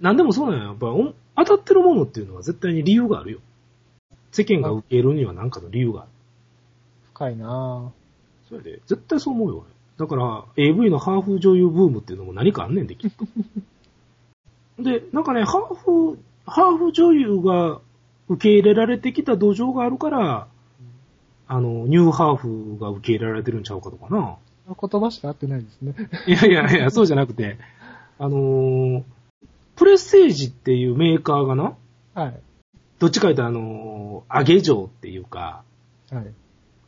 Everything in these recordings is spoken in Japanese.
何でもそうなのよ。やっぱり、お当たってるものっていうのは絶対に理由があるよ。世間が受けるには何かの理由がある。深いなそれで、絶対そう思うよ、俺。だから、AV のハーフ女優ブームっていうのも何かあんねんで、きっ と。で、なんかね、ハーフ、ハーフ女優が受け入れられてきた土壌があるから、あの、ニューハーフが受け入れられてるんちゃうかとか な。ぁ。言葉しか合ってないですね。 いやいやいや、そうじゃなくて、あのープレステージっていうメーカーがな、はい。どっちか言うとあのー、アゲ嬢っていうか、はい。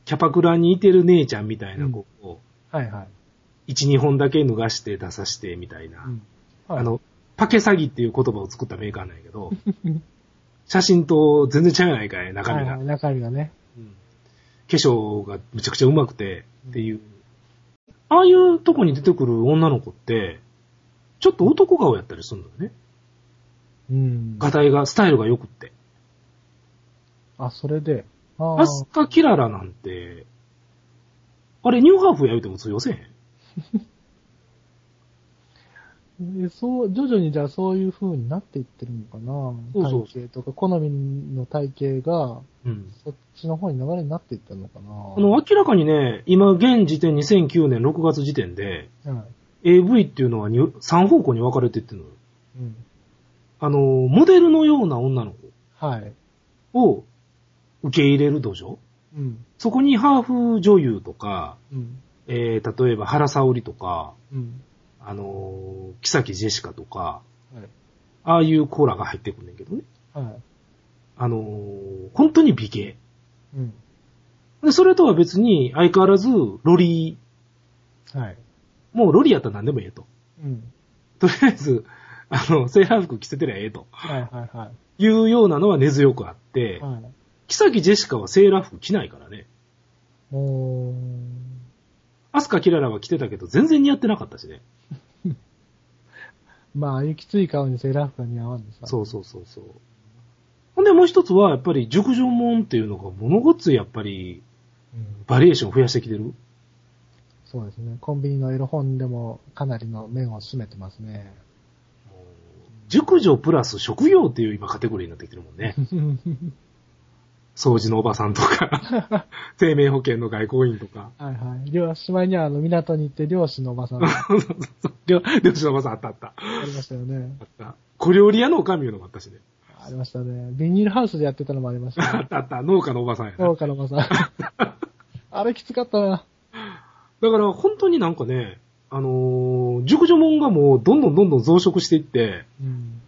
キャパクラにいてる姉ちゃんみたいな子を、はいはい。一、二本だけ脱がして出さしてみたいな、うん。はいあ、 の、パケ詐欺っていう言葉を作ったメーカーなんやけど、写真と全然違うやないかい、中身が。はいはい中身がね。うん化粧がめちゃくちゃ上手くてっていう。ああいうとこに出てくる女の子って、ちょっと男顔やったりするのよね。うん。画体が、スタイルが良くって。あ、それで。あアスーカ・キララなんて、あれニューハーフや言うても通用せえへん。えそう、徐々にじゃあそういう風になっていってるのかなそうそう体型とか、好みの体型が、うん。そっちの方に流れになっていったのかなあの、明らかにね、今現時点2009年6月時点で、はい。 AV っていうのは3方向に分かれてってんのよ。うん。あの、モデルのような女のはい。子を受け入れる土壌うん。そこにハーフ女優とか、うん。えー、例えば原沙織とか、うん。あのー、木崎ジェシカとか、はい。ああいうコーラが入ってくんねんけどね。はい。あのー、本当に美形。うん。で、それとは別に相変わらずロリはい。もうロリやったら何でもええと。うん。とりあえず、あの、セーラー服着せてりゃええと。はいはいはいうようなのは根強くあってい。、はい。木崎ジェシカはセーラー服着ないからね。おー。アスカキララは着てたけど全然似合ってなかったしね。まあ、ああいうきつい顔にセーラー服が似合わんでさ。そうそうそうそう。ほんでもう一つは、やっぱり熟女もんっていうのがものごっついやっぱりうん。バリエーション増やしてきてる。そうですね。コンビニのエロ本でもかなりの面を占めてます ね。熟女プラス職業っていう今カテゴリーになってきてるもんね。掃除のおばさんとか、生命保険の外交員とか、はいはい。漁師、しまいにはあの、港に行って漁師のおばさんがあ漁漁師のおばさんあったあった。りましたよね。あった。小料理屋のおかみいうのもあったしね。ありましたね。ビニールハウスでやってたのもありました、 あね。ったあった。農家のおばさんやな。だ農家のおばさん。あれきつかったな。から本当になんかね、あのー熟女もんがもうどんどんどんどん増殖していって、うん。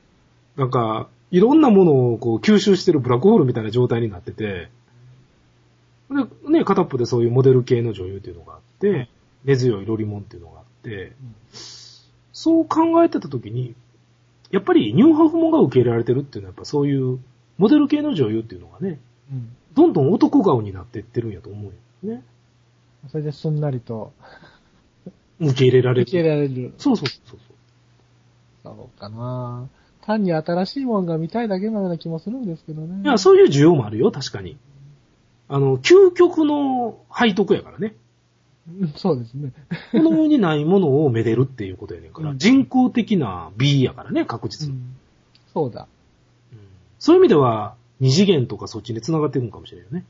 なんか、いろんなものをこう吸収してるブラックホールみたいな状態になってて、で、ね、片っぽでそういうモデル系の女優っていうのがあって、はい根強いロリモンっていうのがあって、そう考えてた時に、やっぱりニューハーフモンが受け入れられてるっていうのはやっぱそういうモデル系の女優っていうのがね、うん。どんどん男顔になってってるんやと思うんよね。それですんなりと、受け入れられ受け入る。れられる。そうそうそうそう。そうかな単に新しいもんが見たいだけのような気もするんですけどね。いや、そういう需要もあるよ、確かに。あの、究極の背徳やからね。うんそうですね。この世にないものをめでるっていうことやねんから、うん人工的な美やからね、確う実に、んそうだ。うんそういう意味では、二次元とかそっちに繋がっていくんかもしれんよね。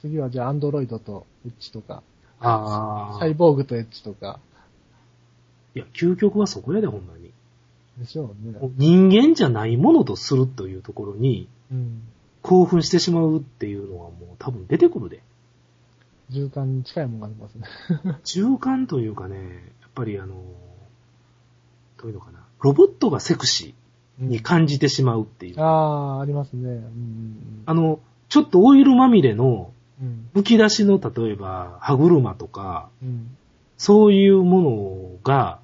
次はじゃあアンドロイドとエッチとか、あサいイボーグとエッチとか、や、究極はそこやで、ほんまに。でしょうね。人間じゃないものとするというところに、うん。興奮してしまうっていうのはもう多分出てくるで。循環に近いもんがありますね。中間というかね、やっぱりあの、どういうのかな。ロボットがセクシー に感じてしまうっていう。あ あ、ありますね。うん。あの、ちょっとオイルまみれのうん。むき出しの例えば歯車とか、うん。そういうものが、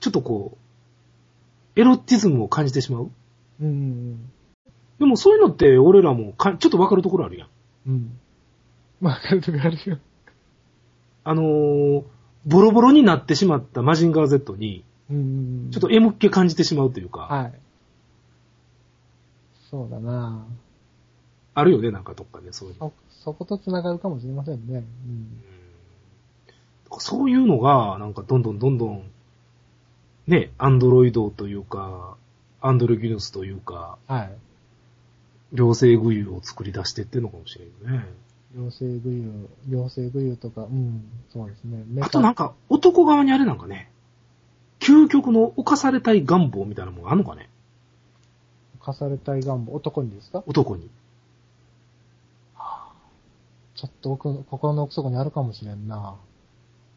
ちょっとこう、エロティズムを感じてしまう。うん。うん。でもそういうのって俺らもかちょっとわかるところあるやん。うん。まあ、わかるとこあるよ。あのーボロボロになってしまったマジンガー Z に、うん。ちょっと、M っ気感じてしまうというか、はい。そうだなあるよね、なんかどっかね、そういうの。そ、そこと繋がるかもしれませんね。うん。そういうのが、なんかどんどんどんどん、ね、アンドロイドというか、アンドロギヌスというか、はい。両性具有を作り出してってんのかもしれんよね。妖精グユ妖精グユとか、うん、そうですね。メあとなんか、男側にあれなんかね、究極の犯されたい願望みたいなもんあんのかね犯されたい願望、男にですか男に。ちょっと奥の、心の奥底にあるかもしれんな。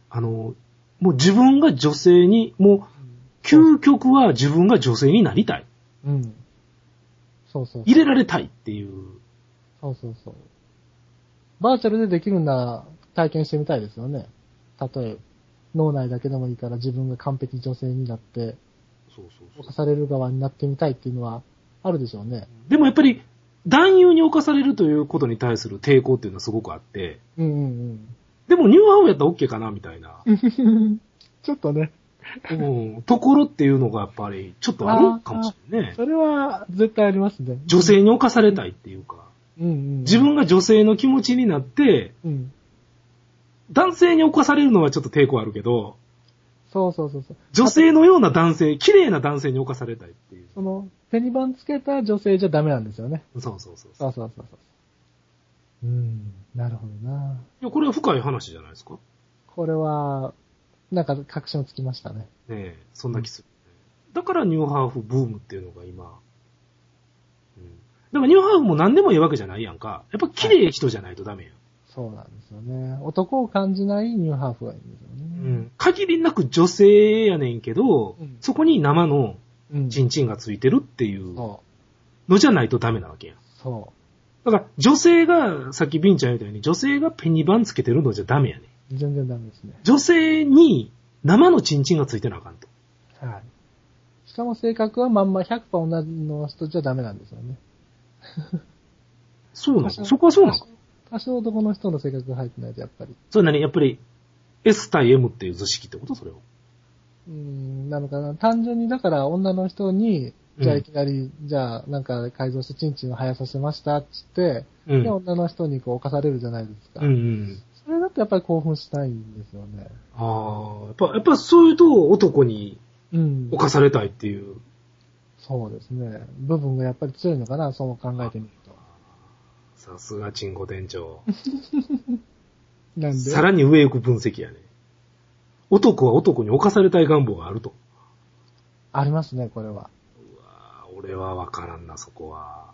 あの、もう自分が女性に、もう究極は自分が女性になりたい。うん。そうそう入れられたいっていう。そうそうそう。バーチャルでできるなら体験してみたいですよね。例えば、脳内だけでもいいから自分が完璧女性になって、そうそう犯される側になってみたいっていうのはあるでしょうね。でもやっぱり、男優に侵されるということに対する抵抗っていうのはすごくあって、うんうんでもニューハーフやったら OK かなみたい な、うん。 ちょっとね、うん、ところっていうのがやっぱりちょっとあるかもしれないね。それは絶対ありますね。女性に侵されたいっていうか、うんうん。自分が女性の気持ちになって、うん。男性に侵されるのはちょっと抵抗あるけど、そうそうそうそう。女性のような男性、綺麗な男性に侵されたいっていう。その、ペニバンつけた女性じゃダメなんですよね。そうそうそうそ。そううそうそうそう。うん。なるほどな。いや、これは深い話じゃないですか。これは、なんか確信をつきましたね。ねえ、そんな気する、だからニューハーフブームっていうのが今。うん。でもニューハーフも何でもいいわけじゃないやんか。やっぱ綺麗人じゃないとダメやん。そうなんですよね。男を感じないニューハーフがいいんですようね。ん。限りなく女性やねんけど、うんそこに生のうん。チンチンがついてるっていうのそじゃないとダメなわけやんう。。そだから女性が、さっきビンちゃんみたいに女性がペニバンつけてるのじゃダメやねん。う。全然ダメですね。女性に生のチンチンがついてなあかんと。はい。しかも性格はまんま100%同じの人じゃダメなんですよね。そうなのそうそこはそうなの多少男の人の性格が入ってないとやっぱり。それ何やっぱり S 対 M っていう図式ってことそれを。うん、なのかな。単純にだから女の人に、じゃあいきなり、じゃあなんか改造してチンチンを生やさせましたってって、うで、ん。女の人にこう犯されるじゃないですか。うんうん。それだとやっぱり興奮したいんですよね。ああ、やっぱ、やっぱそういうと男にうん。侵されたいっていう。そうですね。部分がやっぱり強いのかな、そう考えてみると。さすがチンコ店長。なんで、さらに上行く分析やね。男は男に侵されたい願望があると。ありますね、これは。あー俺はわからんな、そこは。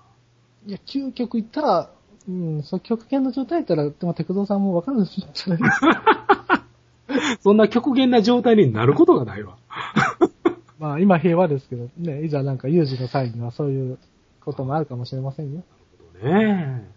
いや、究極言ったら、うん、そう、極限の状態やったら、でも、テクゾーさんもわかるんじゃな いですか。そんな極限な状態になることがないわ。まあ、今平和ですけど、ね、いざなんか有事の際にはそういうこともあるかもしれませんよ。ねえ。